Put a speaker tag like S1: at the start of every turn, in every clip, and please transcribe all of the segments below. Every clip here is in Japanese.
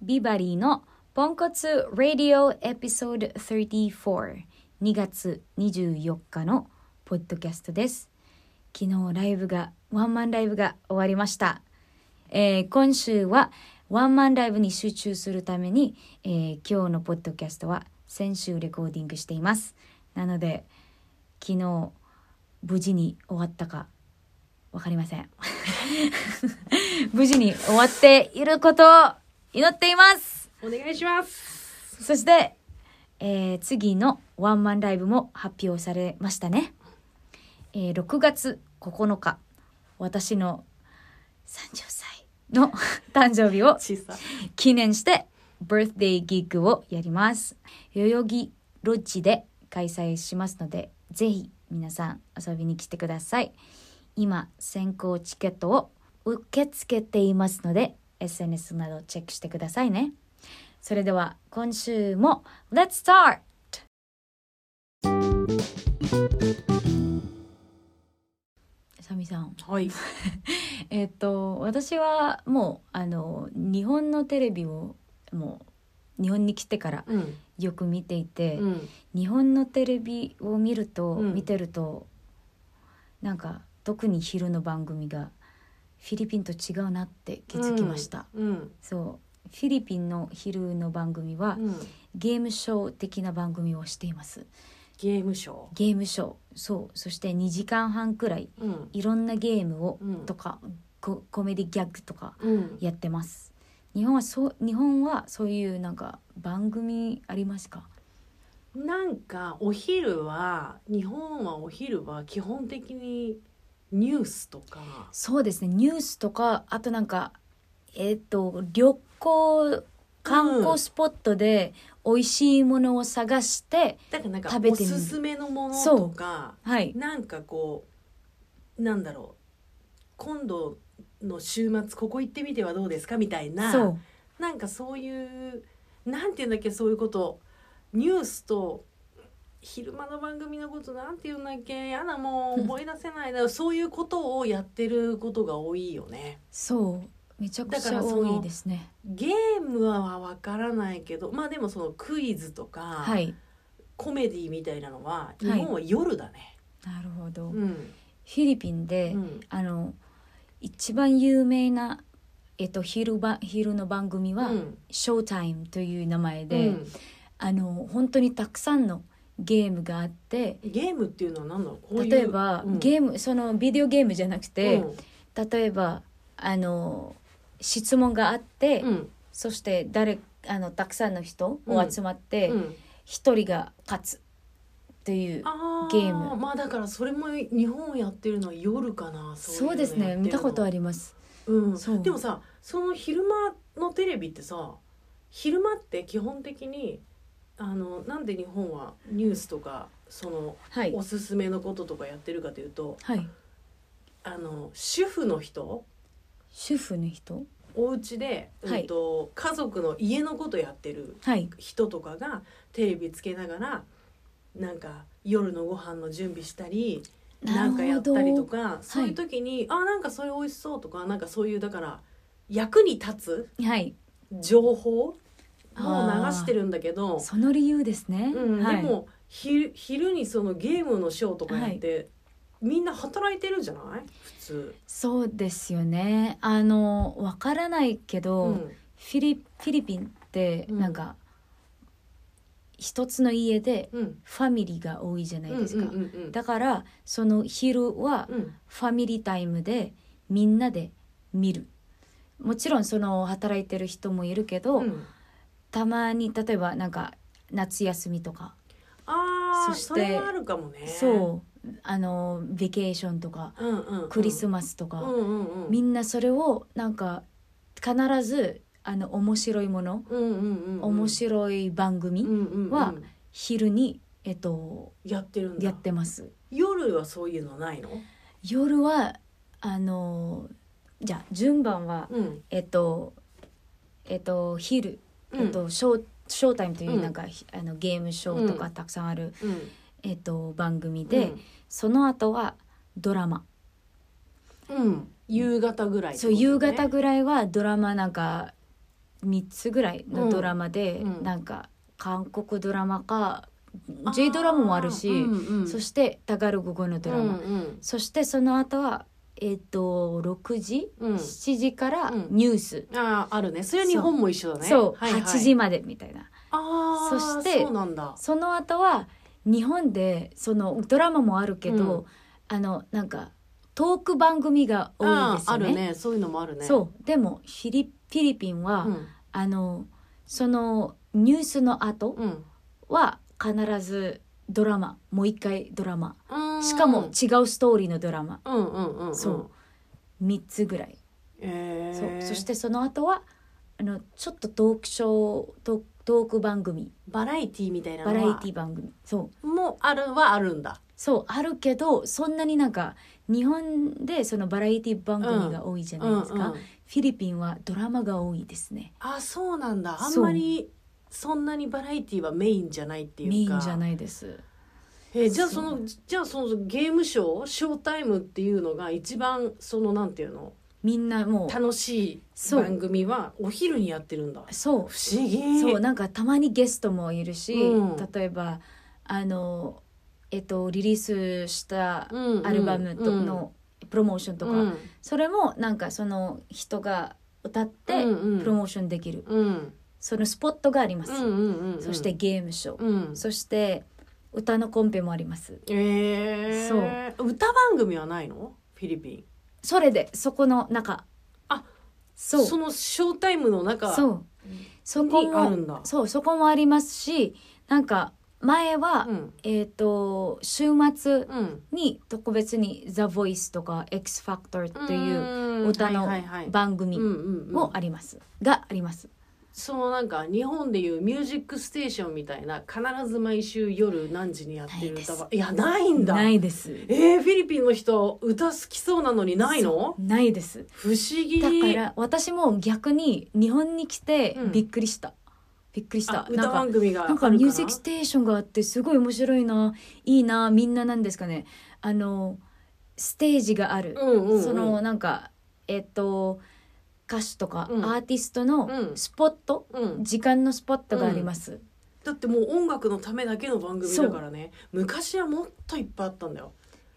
S1: ビバリーのポンコツ Radio Episode 34 2月24日のポッドキャストです昨日ライブがワンマンライブが終わりました、えー今週はワンマンライブに集中するために、えー今日のポッドキャストは先週レコーディングしていますなので昨日無事に終わったかわかりません 無事に終わっていることを祈っています
S2: お願いします。
S1: そして、えー次のワンマンライブも発表されましたね。えー6月9日、私の30歳の 誕生日を
S2: 小さ。
S1: 記念して、バースデーギッグをやります。代々木ロッジで開催しますので、ぜひ皆さん遊びに来てください。今、先行チケットを受け付けていますので、SNS などチェックしてくださいね。それでは今週も Let's start! サミさん、
S2: はい。
S1: えっと私はもうあの日本のテレビをもう日本に来てから
S2: うん。
S1: よく見ていて、
S2: うん。
S1: 日本のテレビを見ると、
S2: うん
S1: 見てるとなんか特に昼の番組がフィリピンと違うなって気づきました、。
S2: うん。
S1: そうフィリピンの昼の番組は、
S2: うん。
S1: ゲームショー的な番組をしています
S2: ゲームショ
S1: ゲームショーそうそして2時間半くらい
S2: ー。うん。
S1: いろんなゲームを、
S2: うん
S1: とかココメディギャグとか
S2: うん。
S1: やってます日本はそう日本はそういうなんか番組ありますか
S2: なんかお昼は日本はお昼は基本的にニュースとか。
S1: そうですねニュースとかあとなんかえっ、と旅行観光スポットで美味しいものを探して、
S2: だからなんか
S1: 食べ
S2: お
S1: てみる
S2: すすめのものとか。
S1: はい
S2: なんかこう。なんだろう。今度の週末ここ行ってみてはどうですかみたいな。
S1: そう
S2: なんかそういうなんていうんだっけそういうことニュースと昼間の番組のことなんていうんだっけやだもう
S1: うん
S2: 覚え出せな いなそういうことをやってることが多いよね。
S1: そうめちゃく
S2: だ
S1: ち
S2: か
S1: ゃ
S2: らそ
S1: 多
S2: の
S1: いですね
S2: ゲームはわからないけどまあでもそのクイズとか、
S1: はい
S2: コメディみたいなのは日
S1: はい
S2: 本は夜だね。
S1: なるほど、
S2: う
S1: フ
S2: ん
S1: ィリピンで、
S2: うん
S1: あの一番有名な、えっと、昼ば昼の番組は
S2: うん
S1: 「ショータイム」という名前で、
S2: うん
S1: あの本当にたくさんのゲームがあって
S2: ゲームっていうのは何だろうこういう
S1: 例えば、
S2: うん
S1: ゲームそのビデオゲームじゃなくて、
S2: うん
S1: 例えばあの質問があって、
S2: うん
S1: そして誰あのたくさんの人を集まって
S2: うん
S1: 一、人が勝つという
S2: あ
S1: ゲーム
S2: まあだからそれも日本やってるのは夜かな
S1: そうですね見たことあ
S2: り、
S1: ります。
S2: うん、
S1: そう
S2: でもさその昼間のテレビってさ昼間って基本的にあのなんで日本はニュースとかその
S1: はい
S2: おすすめのこととかやってるかというと
S1: はい、
S2: あの主婦の人
S1: 主婦の人
S2: お家で、
S1: はい
S2: うんと家族の家のことやってる
S1: はい
S2: 人とかがテレビつけながらなんか夜のご飯の準備したりなんかやったりとかそういう時に、あなんかそれ美味しそうとかなんかそういうだから役に立
S1: はい、
S2: つ情報を流
S1: あー
S2: してるんだけど、
S1: その理由ですね。
S2: うん
S1: はい、
S2: でもひ昼にそのゲームのショーとかやって、みんな働いてるんじゃない普通。
S1: そうですよね。あのわからないけど、
S2: う
S1: フ
S2: ん
S1: ィリフィリピンって
S2: うん
S1: なんか、一つの家で
S2: うん
S1: ファミリーが多いじゃないですか。
S2: うんうんうんうん
S1: だからその昼は
S2: うん
S1: ファミリータイムでみんなで見る。もちろんその働いてる人もいるけど、
S2: うん
S1: たまに例えばなんか夏休みとか、
S2: あ
S1: そ
S2: あ
S1: して
S2: それはあるかもね。
S1: そうあのベケーションとか
S2: うんうんうん、
S1: クリスマスとか、
S2: うんうんうん
S1: みんなそれをなんか必ずあの面白いもの、
S2: うんうんうんうん
S1: 面白い番組、
S2: うんうんうん
S1: は昼に、えっと、
S2: やってるんだ
S1: やってます
S2: 夜はそういうのないの、
S1: 夜はあのじゃあ順番は
S2: うん
S1: えっとえっと昼、
S2: うん
S1: えっとショーショータイムといううんなんか、ひあのゲームショーとかたくさんある、
S2: うん、
S1: えっと、番組で、その後はドラマ、
S2: うん、うん、夕方ぐらいって
S1: そ
S2: こと
S1: う
S2: ね、
S1: 夕方ぐらいはドラマなんか3つぐらいのドラマで、
S2: うんうん
S1: なんか韓国ドラマか
S2: あー
S1: J ドラマもあるし、
S2: うんうん
S1: そしてタガルグ語のドラマ、
S2: うん
S1: そしてその後はえっ、と6時、
S2: うん
S1: 7時から
S2: うん
S1: ニュース、
S2: うんあーあるねそれは日本も一緒だね
S1: そう、
S2: はいはい
S1: 8時までみたいな
S2: あー
S1: そして
S2: そうなんだ
S1: その後は日本でそのドラマもあるけど、
S2: うん
S1: あのなんかトーク番組が多いですよ
S2: あー
S1: ね
S2: あるねそういうのもあるねう、
S1: そうでもフィリフィリピンは、
S2: うん
S1: あのそのニュースの後
S2: うん
S1: は必ずドラマもう一回ドラマ
S2: うん、
S1: しかも違うストーリーのドラマ
S2: うんうんうんうん
S1: そう3つぐらい、
S2: え
S1: そう
S2: ー、
S1: そしてその後はあのちょっとトークショートトーク番組
S2: バラエティみたいな
S1: バラエティ
S2: ィ
S1: 番組そう
S2: もあるはあるんだ
S1: そうあるけどそんなになんか日本でそのバラエティ番組が多いじゃないですか、
S2: うんうん
S1: フィリピンはドラマが多いですね
S2: あそうなんだあん
S1: そう
S2: まりそんなにバラエティはメインじゃないっていうか
S1: メインじゃ
S2: い
S1: ないです
S2: えじゃあそ
S1: そ
S2: のじゃあそのゲームショーショータイムっていうのが一番そのなんていうの
S1: みんなも
S2: 楽しい
S1: そう
S2: 番組はお昼にやってるんだ
S1: うそう
S2: 不思議
S1: そうなんかたまにゲストもいるし、
S2: うん
S1: 例えばあのえっとリリースした
S2: うんうん
S1: アルバムとのプロモーションとか、
S2: うん
S1: それもなんかその人が歌って
S2: うんうん
S1: プロモーションできる、
S2: うん
S1: そのスポットがあります、
S2: うんうんうんうん
S1: そしてゲームショー、
S2: うん
S1: そして歌のコンペもあります
S2: えー、そう歌番組はないのフィリピン
S1: それでそこの中
S2: あ
S1: そう
S2: そのショータイムの中
S1: そうそこ
S2: にあるんだ
S1: もそうそこもありますしなんか前は、
S2: うん
S1: えっ、と週末
S2: うん
S1: に特別に「The Voice」とか「X Factor」っていう
S2: い
S1: 歌の
S2: はいはいはい
S1: 番組
S2: うんうんうん
S1: もありますがあります
S2: そのなんか日本でいうミュージックステーションみたいな必ず毎週夜何時にやってる歌
S1: ない
S2: はいやないんだ
S1: ないです
S2: えー、フィリピンの人歌好きそうなのにないの
S1: そうないです
S2: 不思議
S1: だから私も逆に日本に来て
S2: うん
S1: びっくりした、びっくりしたな
S2: あ歌
S1: んか
S2: 番組があ
S1: な
S2: る
S1: んかミュージックステーションがあってすごい面白いないいなみんななんですかねあのステージがある、
S2: うんうんうん
S1: そのなんかえっと歌手とか
S2: うん
S1: アーティストの
S2: うん
S1: スポット、
S2: うん、
S1: 時間のスポットがあります、
S2: だってもう音楽のためだけの番組だからね昔はもっといっぱいあったんだよ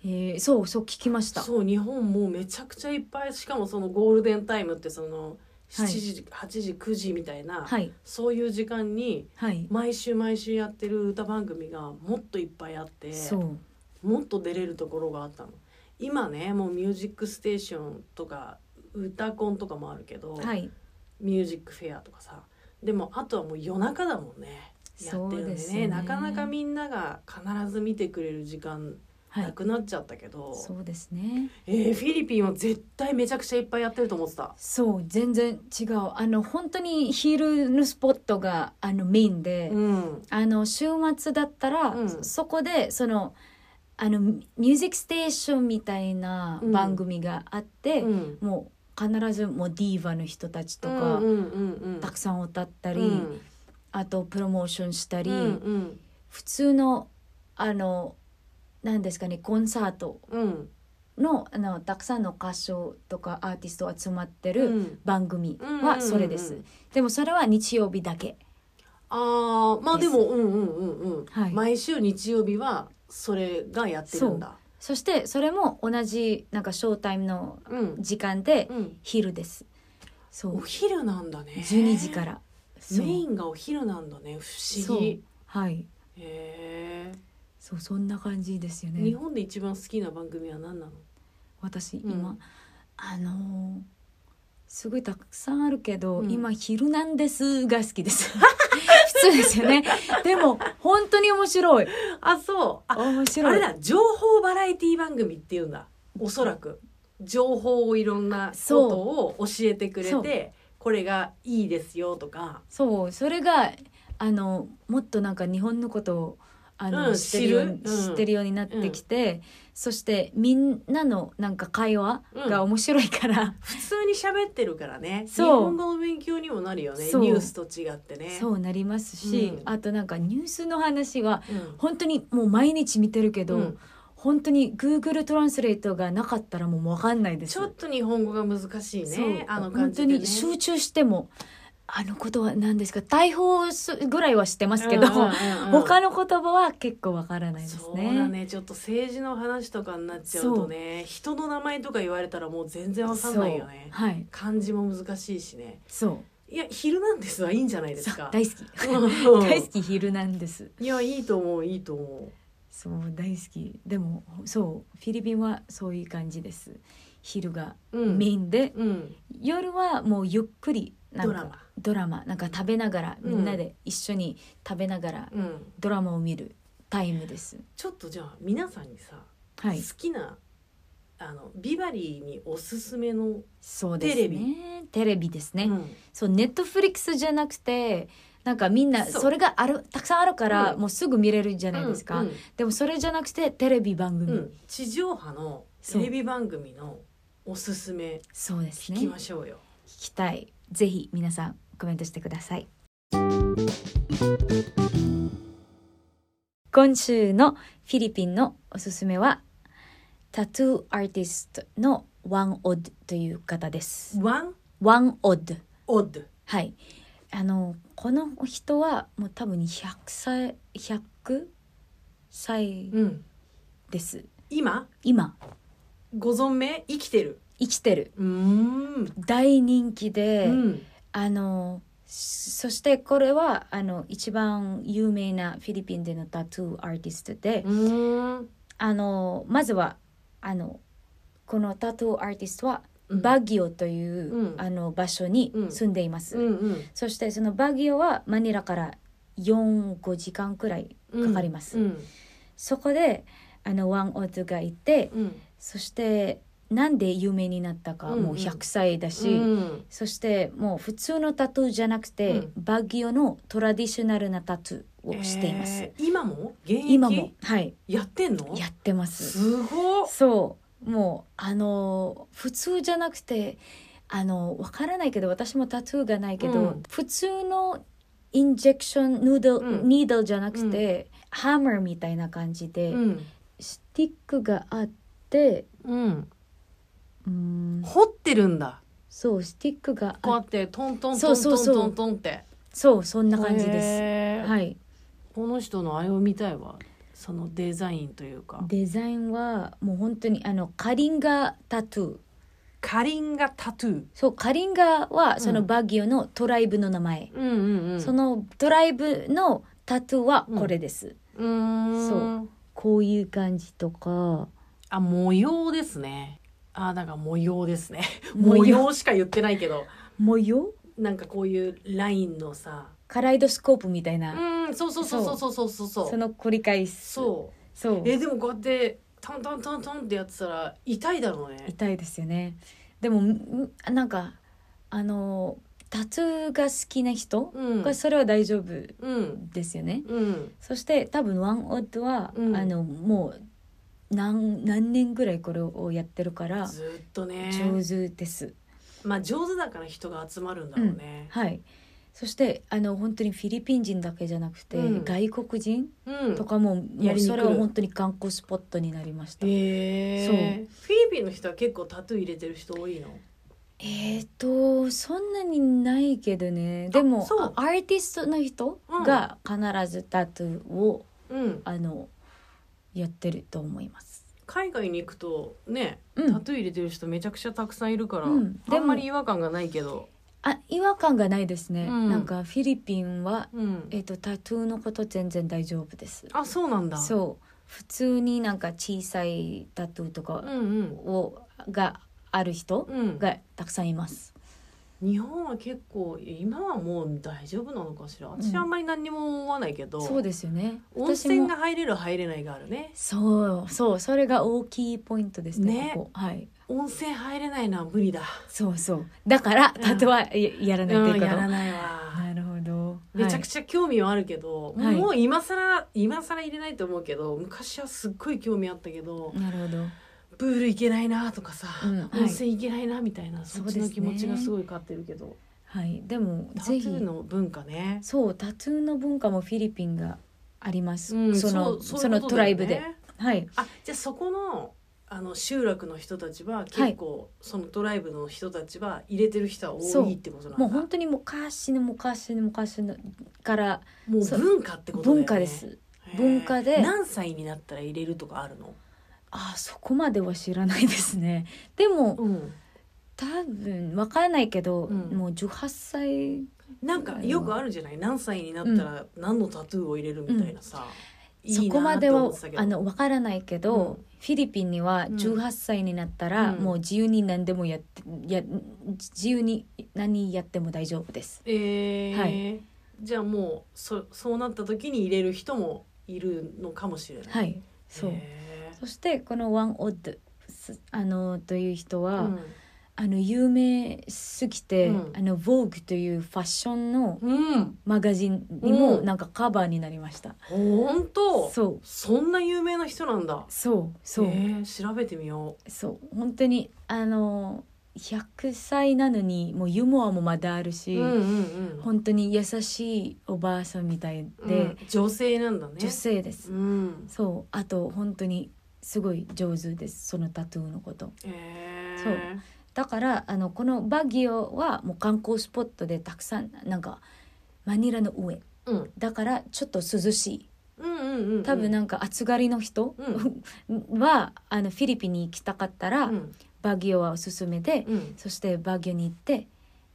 S1: えーそうそう聞きました
S2: そう日本もうめちゃくちゃいっぱいしかもそのゴールデンタイムってその7時、8時9時みたいな、
S1: はい
S2: そういう時間に
S1: はい、
S2: 毎週毎週やってる歌番組がもっといっぱいあって
S1: そう
S2: もっと出れるところがあったの今ねもう「ミュージックステーション」とか「歌コン」とかもあるけど、
S1: はい
S2: ミュージックフェアとかさでもあとはもう夜中だもんねやってるん
S1: そう
S2: で
S1: で
S2: ね
S1: すね
S2: なかなかみんなが必ず見てくれる時間
S1: は
S2: ないくなっちゃったけど、
S1: そうですね
S2: えーフィリピンは絶対めちゃくちゃいっぱいやってると思ってた。
S1: そう全然違うあの本当に昼のスポットがあのメインで、
S2: うん
S1: あの週末だったら、
S2: うん
S1: そそこでそのあのミュージックステーションみたいな番組があって、
S2: うん
S1: もう必ずもうディーバの人たちとか、
S2: うんうんうんうん、
S1: たくさん歌ったり、
S2: うん
S1: あとプロモーションしたり、
S2: うんうん
S1: 普通のあのなんですかねコンサート
S2: うん
S1: のあのたくさんの歌手とかアーティスト集まって
S2: う
S1: る
S2: ん
S1: 番組
S2: うんうんうんう
S1: は
S2: ん
S1: それです、でもそれは日曜日だけ
S2: あーまあでもうんうんうんうん、
S1: はい
S2: 毎週日曜日はそれがやってるんだ
S1: そしてそれも同じなんかショータイムの
S2: う、ん
S1: 時間で
S2: うん、
S1: 昼です、そ
S2: お
S1: う
S2: 昼なんだね
S1: 12時から、そう
S2: メインがお昼なんだね不
S1: そう
S2: 思議
S1: はい
S2: へ
S1: そうそんな感じですよ
S2: え日
S1: ね
S2: 本で一番好きな番組は何なの
S1: 私
S2: うん
S1: 今、あのーすごいたくさんあるけど、
S2: うん
S1: 今「ヒルナンデス」が好きです 普通ですよねでも本当に面白い
S2: あそうあ
S1: 面
S2: あ
S1: 白
S2: れ
S1: い
S2: だ情報バラエティ番組っていうんだおそらく情報をいろんな
S1: そう
S2: ことを教えてくれ
S1: そう
S2: てこれがいいですよとか
S1: そうそれがあのもっとなんか日本のことをあの、
S2: うん
S1: 知ってるように
S2: 知るうん
S1: 知ってるようになってきて、そしてみんなのなんか会話が面白いから、
S2: 普通に喋ってるからね日
S1: そう
S2: 本語の勉強にもなるよねニ
S1: そう
S2: ュースと違ってね
S1: そうなりますし、
S2: うん
S1: あとなんかニュースの話は
S2: うん
S1: 本当にもう毎日見てるけど、
S2: うん
S1: 本当に Google トランスレートがなかったらもう分かんないです
S2: ちょっと日本語が難しい
S1: そう
S2: ねあの感
S1: 本
S2: じ
S1: 当
S2: でね
S1: に集中してもあのことは何ですか大砲すぐらいは知ってますけど、
S2: うんうんうんうん
S1: 他の言葉は結構わからないです
S2: そうだ
S1: ね。
S2: ねちょっと政治の話とかになっちゃうとね人の名前とか言われたらもう全然わかんないよね
S1: そうはい。
S2: 漢字も難しいしね
S1: そう。
S2: いや「ヒルナンデス」はいいんじゃないです
S1: そう
S2: か
S1: 大好き。
S2: うん
S1: 大好きヒルナンデス。
S2: いやいいと思ういいと思
S1: そう大好き。でもそうフィリピンはそういう感じです。昼が
S2: う、うん、
S1: メインで、
S2: うん
S1: 夜はもうゆっくりなん
S2: ド
S1: か
S2: ラマ
S1: ドラマなんか食べながら
S2: うん
S1: みんなで一緒に食べながら
S2: うん
S1: ドラマを見るタイムです。
S2: ちょっとじゃあ皆さんにさ、
S1: はい。
S2: 好きなあのビバリーにおすすめの、
S1: そうです
S2: テレ
S1: ね。テレビですね。
S2: うん
S1: そうネットフリックスじゃなくてなんかみんな
S2: そう
S1: それがあるたくさんあるから、
S2: うん
S1: もうすぐ見れるじゃないですか、
S2: うん
S1: でもそれじゃなくてテレビ番
S2: うん
S1: 組、
S2: うん地上波のテレビ番組のおすすめ
S1: そうです
S2: 聞
S1: ね
S2: き
S1: 聞
S2: ましょうよ、
S1: きたいぜひ皆さんコメントしてください今週のフィリピンのおすすめはタトゥーアーティストのワンオッドという方です
S2: ワン
S1: ワンオッド
S2: オッド
S1: はい。あのこの人はもう多分100歳100歳
S2: うん、
S1: です。
S2: 今
S1: 今
S2: ご存命生きてる
S1: 生きてる
S2: うーん、
S1: 大人気で、
S2: うん
S1: あのそしてこれはあの一番有名なフィリピンでのタトゥーアーティストで、
S2: うーん
S1: あのまずはあのこのタトゥーアーティストは
S2: うん
S1: バギオという、
S2: うん
S1: あの場所に住んでいます。
S2: うんうん
S1: そしてそのバギオはマニラから45時間くらい
S2: うん
S1: かかります、
S2: うん
S1: そこであのワンオートがいて
S2: うん
S1: そしてなんで有名になったか、
S2: うんうん
S1: もう100歳だし、
S2: うん
S1: そしてもう普通のタトゥーじゃなくて、
S2: うん
S1: バギオのトラディショナルなタトゥーをしています、
S2: えー今も現役
S1: 今もはい
S2: やってんの
S1: やってます
S2: すごっ
S1: そうもうあの普通じゃなくてあのわからないけど私もタトゥーがないけど、
S2: うん
S1: 普通のインジェクションヌードル、
S2: うん
S1: ニードルじゃなくて、ハマーみたいな感じで、
S2: うん
S1: スティックがあって
S2: うん
S1: うーん
S2: 掘ってるんだ
S1: そうスティックが
S2: こう
S1: あ
S2: やってトントン
S1: そ
S2: ト
S1: う
S2: ン
S1: そう
S2: トン
S1: そう
S2: トントンって
S1: そうそんな感じです
S2: すい
S1: はい
S2: この人のあれを見たいわそのデザインというか
S1: デザインはもう本当にあのカリンガタトゥー
S2: カリンガタトゥー
S1: そうカリンガはそうの
S2: ん
S1: バギオのトライブの名前、
S2: うんうんうん
S1: そのドライブのタトゥーはこれです、
S2: うーん
S1: そうこういう感じとか
S2: あ模様ですねあなんか模様ですね
S1: 模様
S2: 模様しか言ってないけど
S1: 模様
S2: なんかこういうラインのさ
S1: カライドスコープみたいうな、
S2: んそうそうそうそうそうそうそうそう
S1: その繰り返し
S2: そう
S1: そう
S2: えでもこうやってトントントントンってやってたら痛いだろうね
S1: 痛いですよねでもんなんかあのタトゥーが好きな人
S2: うん
S1: がそれは大丈夫
S2: うん
S1: ですよね、
S2: うん
S1: そして多分ワンオッドは、
S2: うん
S1: あのもう何何年ぐらいこれをやってるから
S2: ずーっとね
S1: 上手です、
S2: まあ上手だから人が集まるんだろうね
S1: はいそしてあの本当にフィリピン人だけじゃなくて、
S2: うん
S1: 外国人
S2: うん
S1: とかも,、
S2: や
S1: も
S2: り
S1: う
S2: に来る
S1: それは本当に観光スポットになりました。え
S2: へえフィリピンの人は結構タトゥー入れてる人多いの
S1: ー、とそんなにないけどねでも
S2: そ
S1: あ
S2: う
S1: アーティストの人が必ずタトゥーを、
S2: うん
S1: あのやってると思います。
S2: 海外に行くとね
S1: う
S2: タ
S1: ん、
S2: トゥー入れてる人めちゃくちゃたくさんいるから、
S1: うん
S2: あんまり違和感がないけど
S1: あ違和感がないですね、
S2: うん
S1: なんかフィリピンは、
S2: うん
S1: えー、とタトゥーのこと全然大丈夫です。
S2: あそうなんだう
S1: そう普通になんか小さいタトゥーとか
S2: んうん
S1: をがある人
S2: うん
S1: がたくさんいます。
S2: 日本は結構今はもう大丈夫なのかしら
S1: ん
S2: 私はあんまり何にも思わないけど、
S1: そうですよね。
S2: 温泉が
S1: 私も
S2: 入れる入れないがあるね
S1: そうそうそれが大きいポイントですね。
S2: ね
S1: ここはい。
S2: 温泉入れないのは無理だ、
S1: そうそう。だから
S2: うん
S1: タトゥーはややらないと
S2: う
S1: い
S2: ん
S1: け
S2: やら
S1: ない。
S2: ないわ
S1: なるほど。
S2: めちゃく
S1: ち
S2: ちゃ興味はあるけど、
S1: はい
S2: もう今更今更入れないと思うけど昔はすっごい興味あったけど
S1: ゃなるほど。
S2: プール行けないなとかさ、
S1: うんはい
S2: 温泉行けないなみたいなそっちの気持ちがすごい勝ってるけど、
S1: はい。でも
S2: タトゥ
S1: ぜひ
S2: ーの文化ね
S1: そうタトゥーの文化もフィリピンがあります。
S2: うん
S1: その
S2: そう
S1: そ
S2: そういう
S1: の
S2: こと
S1: ト
S2: だ
S1: ラ
S2: よ
S1: イ
S2: ね
S1: ブで。はい。
S2: あじゃあそこのあの集落の人たちは結構、そのドライブの人たちは入れてる人は多いってことなん
S1: も
S2: だ
S1: う本当に昔の昔の昔のから
S2: もう
S1: そう
S2: 文化ってことだよね
S1: 文化です。
S2: へー
S1: 文化で
S2: 何歳になったら入れるとかあるの
S1: ああそこまでは知らないですね。 でも
S2: うん
S1: 多分わからないけど、
S2: うん
S1: もう18歳
S2: なんかよくあるじゃない何歳になったら何のタトゥーを入れるみたいなさ、いい
S1: そ
S2: な
S1: こまで
S2: って思
S1: は
S2: ってたけど
S1: あのわからないけど、
S2: うん
S1: フィリピンには
S2: うん
S1: 18歳になったら、
S2: うん
S1: もう自由に何でもやってや自由に何やっても大丈夫です。
S2: えー
S1: は
S2: じゃあもうそそうなった時に入れる人もいるのかもしれない、、
S1: はいい、そう。そしてこのワンオッドすあのという人は、あの有名すぎて、
S2: うん
S1: あの Vogue というファッションの
S2: うん、うん、
S1: マガジンにも
S2: うん
S1: なんかカバーになりました。
S2: ほんと
S1: そう
S2: そんな有名な人なんだ
S1: そうそう、
S2: えー調べてみよ
S1: そう本当にあの100歳なのにもうユーモアもまだある
S2: う、
S1: し、
S2: うんうんうん
S1: 本当に優しいおばあさんみたいで、
S2: うん女性なんだね
S1: 女性です、
S2: うん
S1: そうあと本当にすごい上手ですそのタトゥーのこと
S2: え
S1: そうだからあのこのバギオはもう観光スポットでたくさんなんかマニラの上
S2: う、うん、
S1: だからちょっと涼しい
S2: うんうんうん
S1: 多分なんか暑がりの人、はあのフィリピンに行きたかったら、
S2: うん
S1: バギオはおすすめで、
S2: うん
S1: そしてバギオに行って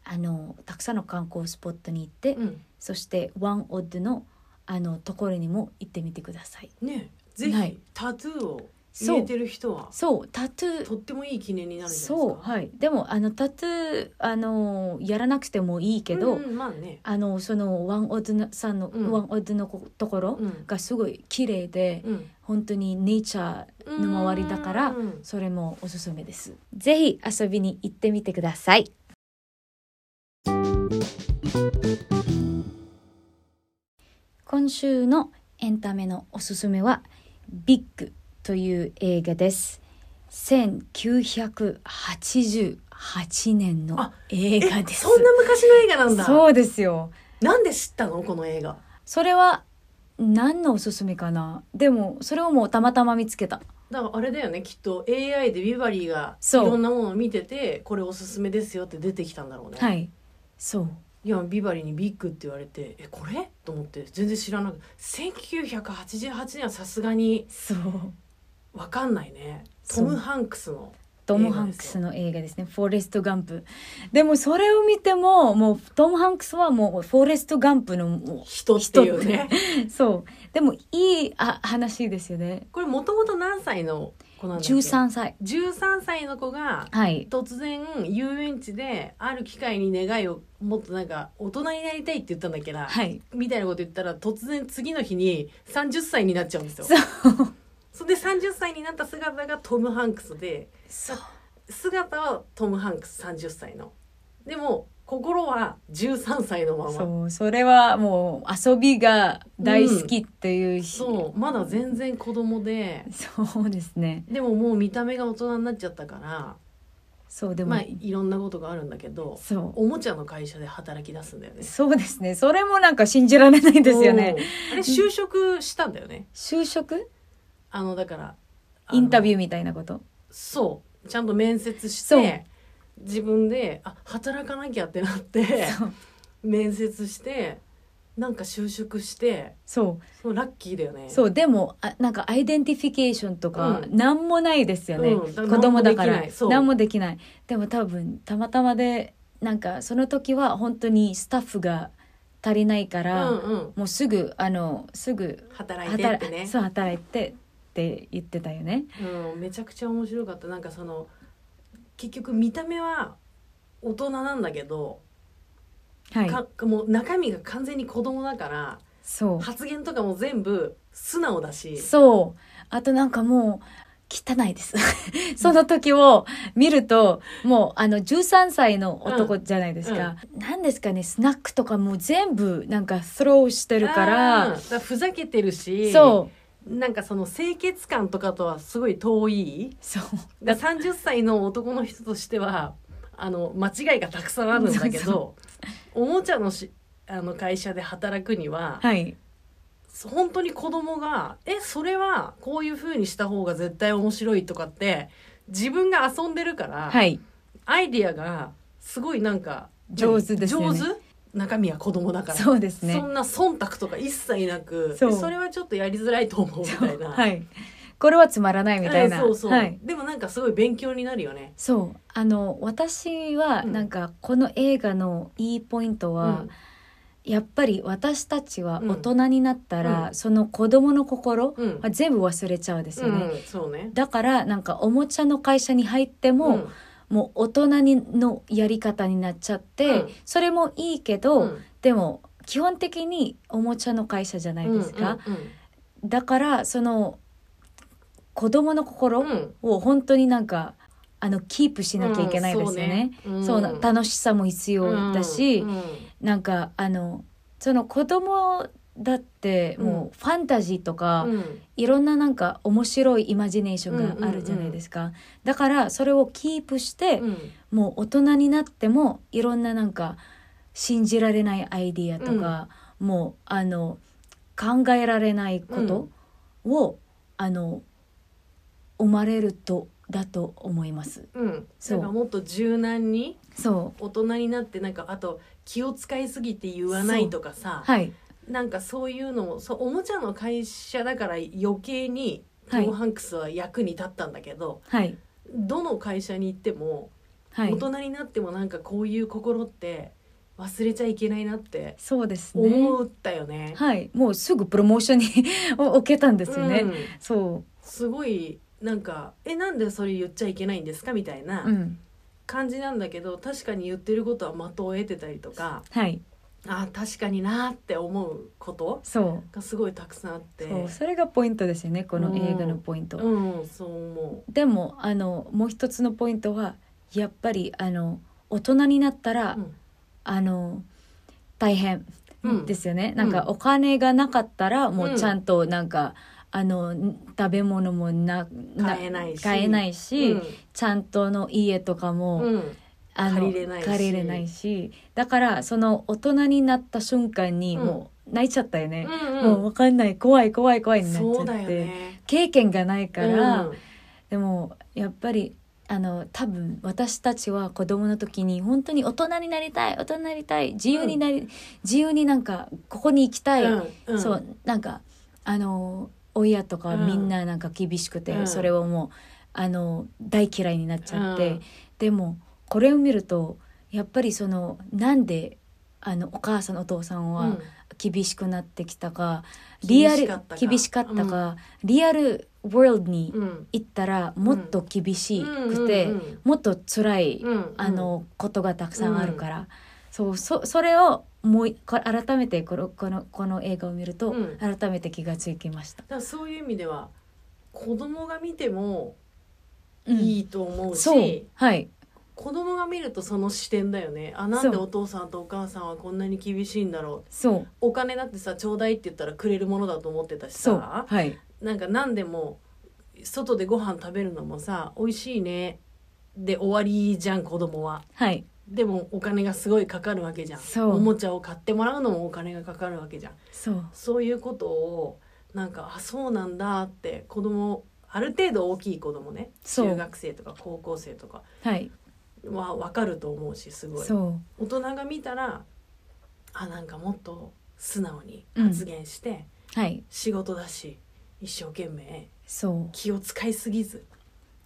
S1: あのたくさんの観光スポットに行って、
S2: うん
S1: そしてワンオッドのあのところにも行ってみてください
S2: ねぜ
S1: は
S2: ひ
S1: い
S2: タトゥーを
S1: そ
S2: 入れ
S1: う
S2: てる人は
S1: そうタトゥー
S2: とってもいい記念になるんじゃない
S1: そう
S2: ですか
S1: はいでもあのタトゥーあのやらなくてもいいけど、
S2: うんうんまあね
S1: あのそのワンオッドのさんの、
S2: うん
S1: ワンオッドのこところ
S2: うん
S1: がすごい綺麗で、
S2: うん
S1: 本当にネイチャーの周りだから、
S2: うん
S1: それもおすすめですぜひ遊びに行ってみてください今週のエンタメのおすすめはビッグという映画です1988年の
S2: あ
S1: 映画です
S2: そんな昔の映画なんだ
S1: そうですよ
S2: なんで知ったのこの映画
S1: それは何のおすすめかなでもそれをもうたまたま見つけた
S2: だからあれだよねきっと AI でビバリーがい
S1: そう
S2: ろんなものを見ててこれおすすめですよって出てきたんだろうね、、
S1: はいいそう
S2: やビバリーにビッグって言われてえこれと思って全然知らなくて1988年はさすがに
S1: そう
S2: わかんないね
S1: そ
S2: ト
S1: う
S2: ム・ハンクスの
S1: トム・ハンクスの映画ですね「フォレスト・ガンプ」でもそれを見てももうトム・ハンクスはもうフォレスト・ガンプのも
S2: 人っていうね
S1: うそうでもいいあ話ですよね
S2: これもともと何歳の子なんだっけ
S1: 13歳
S2: 13歳の子が
S1: はい
S2: 突然遊園地である機会に願いをもっとなんか大人になりたいって言ったんだっけな、
S1: はい
S2: みたいなこと言ったら突然次の日に30歳になっちゃうんですよ
S1: そう
S2: それで30歳になった姿がトム・ハンクスで
S1: そう
S2: 姿はトム・ハンクス30歳のでも心は13歳のまま
S1: そうそれはもう遊びが大好きっていうし、
S2: そうまだ全然子供で
S1: そうですね
S2: でももう見た目が大人になっちゃったから
S1: そうでも、
S2: まあいろんなことがあるんだけど
S1: そ
S2: おもちゃの会社で働き出すんだよね
S1: う。そうですねそれもなんか信じられないですよね
S2: うん。あれ就職したんだよね。
S1: 就職
S2: あのだから
S1: インタビュ
S2: ー
S1: ーみたいなこと
S2: そうちゃんと面接し
S1: そう
S2: て自分であ働かなきゃってなって
S1: そう
S2: 面接してなんか就職して
S1: そう
S2: そうラッキーだよね。
S1: そうでもあなんかアイデンティフィケーションとか、
S2: うん
S1: なん、もないですよね、
S2: うんだから
S1: 子供だから
S2: 何もできないそう
S1: 何もできないでも多分たまたまでなんかその時は本当にスタッフが足りないか
S2: う
S1: ら、
S2: んうん
S1: もうすぐあのすぐ
S2: 働いてっ
S1: 働
S2: てね。
S1: そう働いてって言ってたよね
S2: うんめちゃくちゃ面白かったなんかその結局見た目は大人なんだけど、
S1: はい
S2: かもう中身が完全に子供だから
S1: そ
S2: 発言とかも全部素直だ
S1: う
S2: し
S1: そうあとなんかもう汚いです その時を見るともうあの13歳の男じゃないですか、なんですかねスナックとかもう全部なんかスローしてるか
S2: うん
S1: ら
S2: だからふざけてるし
S1: そう
S2: なんかその清潔感とかとはすごい遠い
S1: そう
S2: だから30歳の男の人としてはあの間違いがたくさんあるんだけどおもちゃのしあの会社で働くには
S1: はい
S2: 本当に子供が「えそれはこういう風にした方が絶対面白い」とかって自分が遊んでるから、
S1: はい
S2: アイディアがすごいなんか
S1: 上手ですよね
S2: 上手中身は子供だからそ,、
S1: そうですね
S2: んな忖度とか一切なく
S1: そう
S2: えそれはちょっとやりづらいと思うみたいな。
S1: はいこれはつまらないみたいな
S2: そうそう、
S1: はい
S2: でもなんかすごい勉強になるよね。
S1: そうあの私は
S2: うん
S1: なんかこの映画のいいポイント
S2: う
S1: は、
S2: ん
S1: やっぱり私たちは
S2: うん
S1: 大人になったら、
S2: うん
S1: その子供の心
S2: うん
S1: は全部忘れちゃうんですよね、
S2: うんそうね。
S1: だからなんかおもちゃの会社に入っても、もう大人にのやり方になっちゃって、
S2: うん
S1: それもいいけ
S2: う
S1: ど、
S2: んうん
S1: でも基本的におもちゃの会社じゃないですか、
S2: うんうん
S1: だからその子供の心
S2: うんうん
S1: を本当になんかあのキープしなきゃいけないですよね。
S2: うん
S1: そう
S2: そう
S1: な
S2: ね
S1: 楽しさも必要だし、
S2: うんうん
S1: なんかあのその子供だってもうファンタジーとか、
S2: うん
S1: いろんななんか面白いイマジネーションがあるじゃないですか、だからそれをキープして、
S2: うん
S1: もう大人になってもいろんななんか信じられないアイディアとか、もうあの考えられないことを、あの生まれるとだと思います。
S2: うん、
S1: そう
S2: だからもっと柔軟に
S1: そ
S2: 大人になってなんかあと気を使いすぎて言わないとかさ
S1: う、、はい、
S2: なんかそういうのもそうおもちゃの会社だから余計にト
S1: はい
S2: ム・ハンクスは役に立ったんだけど、
S1: はい、
S2: どの会社に行っても、
S1: はい
S2: 大。人になってもなんかこういう心って忘れちゃいけないなって
S1: そうですね。
S2: 思ったよね。
S1: はい、もうすぐプロモーションに を受けたんですよね。
S2: うん
S1: そ、
S2: すごいなんか「えなんでそれ言っちゃいけないんですか?」みたいう
S1: う、
S2: なん感じなんだけど、確かに言ってることは的を得てたりとか
S1: はい、
S2: あー確かになーって思うこと
S1: そ
S2: がすごいたくさんあって
S1: う、そう、それがポイントですよね。この映画のポイント。
S2: うん、そう思
S1: でも、あの、もう一つのポイントは、やっぱり、あの、大人になったら、
S2: う。うん
S1: あの。大変
S2: うん
S1: ですよね。
S2: ん
S1: なんか、お金がなかったら、もううんちゃんと、なんか。あの食べ物もな
S2: 買えないし
S1: 買えないし
S2: うん
S1: ちゃんとの家とかも、
S2: うん
S1: あの
S2: 借りれないし
S1: 借りれないしだからその大人になった瞬間に
S2: うん
S1: もう泣いちゃったよね、
S2: う
S1: もうん分かんない怖い怖い怖いになっちゃ
S2: そう
S1: って、
S2: だよね。
S1: 経験がないから、
S2: うん
S1: でもやっぱりあの多分私たちは子供の時に本当に大人になりたい大人になりたい自由になり、自由になんかここに行きたい、
S2: うんん
S1: そうなんかあの親とか
S2: うん
S1: みんななんか厳しくて、
S2: うん
S1: それをもうあの大嫌いになっちゃって、
S2: うん
S1: でもこれを見るとやっぱりそのなんであのお母さんお父さん
S2: う
S1: は
S2: ん
S1: 厳しくなってきたか、リアル厳しかった、か、リアルワールドに
S2: うんうん
S1: 行ったらもっと厳しくて、
S2: うんうん
S1: もっと辛い、
S2: うんうん
S1: あのことがたくさんあるから、そうそそれをもうこ改めてこのこのこの映画を見ると、
S2: うん
S1: 改めて気がつきました。
S2: だからそういう意味では子供が見ても
S1: うん
S2: いいと思うし、
S1: そうはい
S2: 子供が見るとその視点だよねあなんでお父さんとお母さんはこんなに厳しいんだろう
S1: そう
S2: お金だってさちょうだいって言ったらくれるものだと思ってたし
S1: そう
S2: さ
S1: はい
S2: なんか何でも外でご飯食べるのもさ美味しいねで終わりじゃん子供は
S1: はい
S2: でもお金がすごいかかるわけじゃん
S1: そう
S2: おもちゃを買ってもらうのもお金がかかるわけじゃん
S1: そう
S2: そういうことをなんかあそうなんだって子供ある程度大きい子供ね
S1: そう
S2: 中学生とか高校生とか
S1: はい
S2: は分かると思うしすごい
S1: そ
S2: 大人が見たらあなんかもっと素直に
S1: うん
S2: 発言して、
S1: うはい
S2: 仕事だし一生懸命
S1: そう
S2: 気を使いすぎず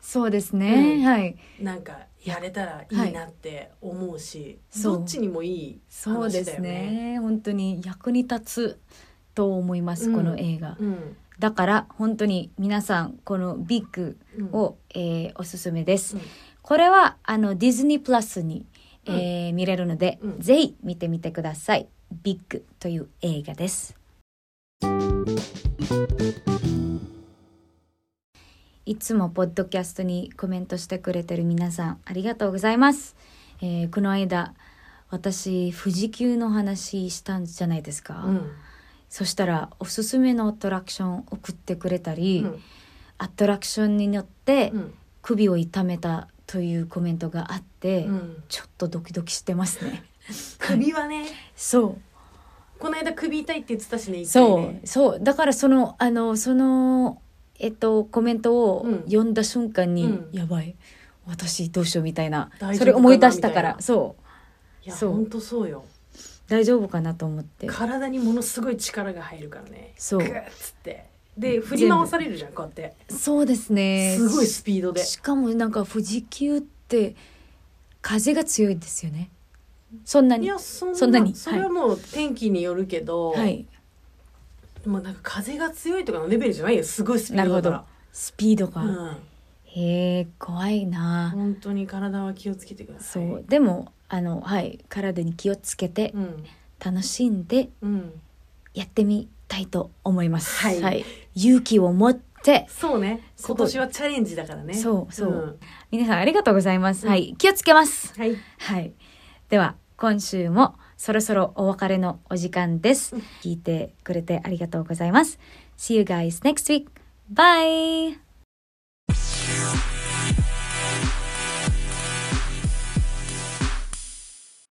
S1: そうですね、
S2: うん
S1: はい
S2: なんかやれたらいいなって思うし、
S1: そう
S2: どっちにもいい
S1: そうで
S2: 話だ
S1: す
S2: よね。
S1: ね本当に役に立つと思います、
S2: うん
S1: この映画、
S2: うん
S1: だから本当に皆さんこのビッグ
S2: うん
S1: を、えーおすすめです、
S2: うん
S1: これはあのディズニープラスに、えー見れるので、
S2: うん
S1: ぜひ見てみてくださいビッグという映画ですいつもポッドキャストにコメントしてくれてる皆さんありがとうございます、えーこの間私富士急の話したんじゃないですか、
S2: うん
S1: そしたらおすすめのアトラクション送ってくれたり、
S2: うん
S1: アトラクションに乗って
S2: うん
S1: 首を痛めたというコメントがあって、
S2: うん
S1: ちょっとドキドキしてますね
S2: 首はね
S1: そう
S2: この間首痛いって言ってたしね痛い
S1: そ
S2: ね
S1: うそうだからそのあのそのえっとコメントを
S2: うん
S1: 読んだ瞬間に、
S2: うん
S1: やばい私どうしようみたいな
S2: 大丈夫かな
S1: それ思い出したか
S2: みたい
S1: ら
S2: な
S1: そう
S2: いや
S1: そう
S2: ほんとそうよ
S1: 大丈夫かなと思って
S2: 体にものすごい力が入るからね
S1: そう
S2: グーッつってで振り回されるじゃんこうやっ
S1: そうです
S2: て
S1: ね
S2: すごいスピードで
S1: しかもなんか富士急って風が強いですよねそんないに
S2: やそんな
S1: そんなに
S2: それはもう天気によるけど、
S1: はい
S2: もうなんか風が強いとかのレベルじゃないよすごいスピードだか
S1: スピードが、
S2: ら、うん、
S1: へえ怖いな、
S2: 本当に体は気をつけてくださ
S1: そ
S2: い。
S1: うでもあのはい体に気をつけて
S2: うん
S1: 楽しんで
S2: うん、
S1: やってみたいと思います。
S2: はい
S1: 勇気を持って、
S2: そうね
S1: すご
S2: 今
S1: い
S2: 年はチャレンジだからね
S1: そうそう、
S2: ん
S1: 皆さんありがとうございます。
S2: うん
S1: はい、気をつけます。
S2: はい
S1: はい、では今週もそろそろお別れのお時間です。聞いてくれてありがとうございます。See you guys next week. Bye.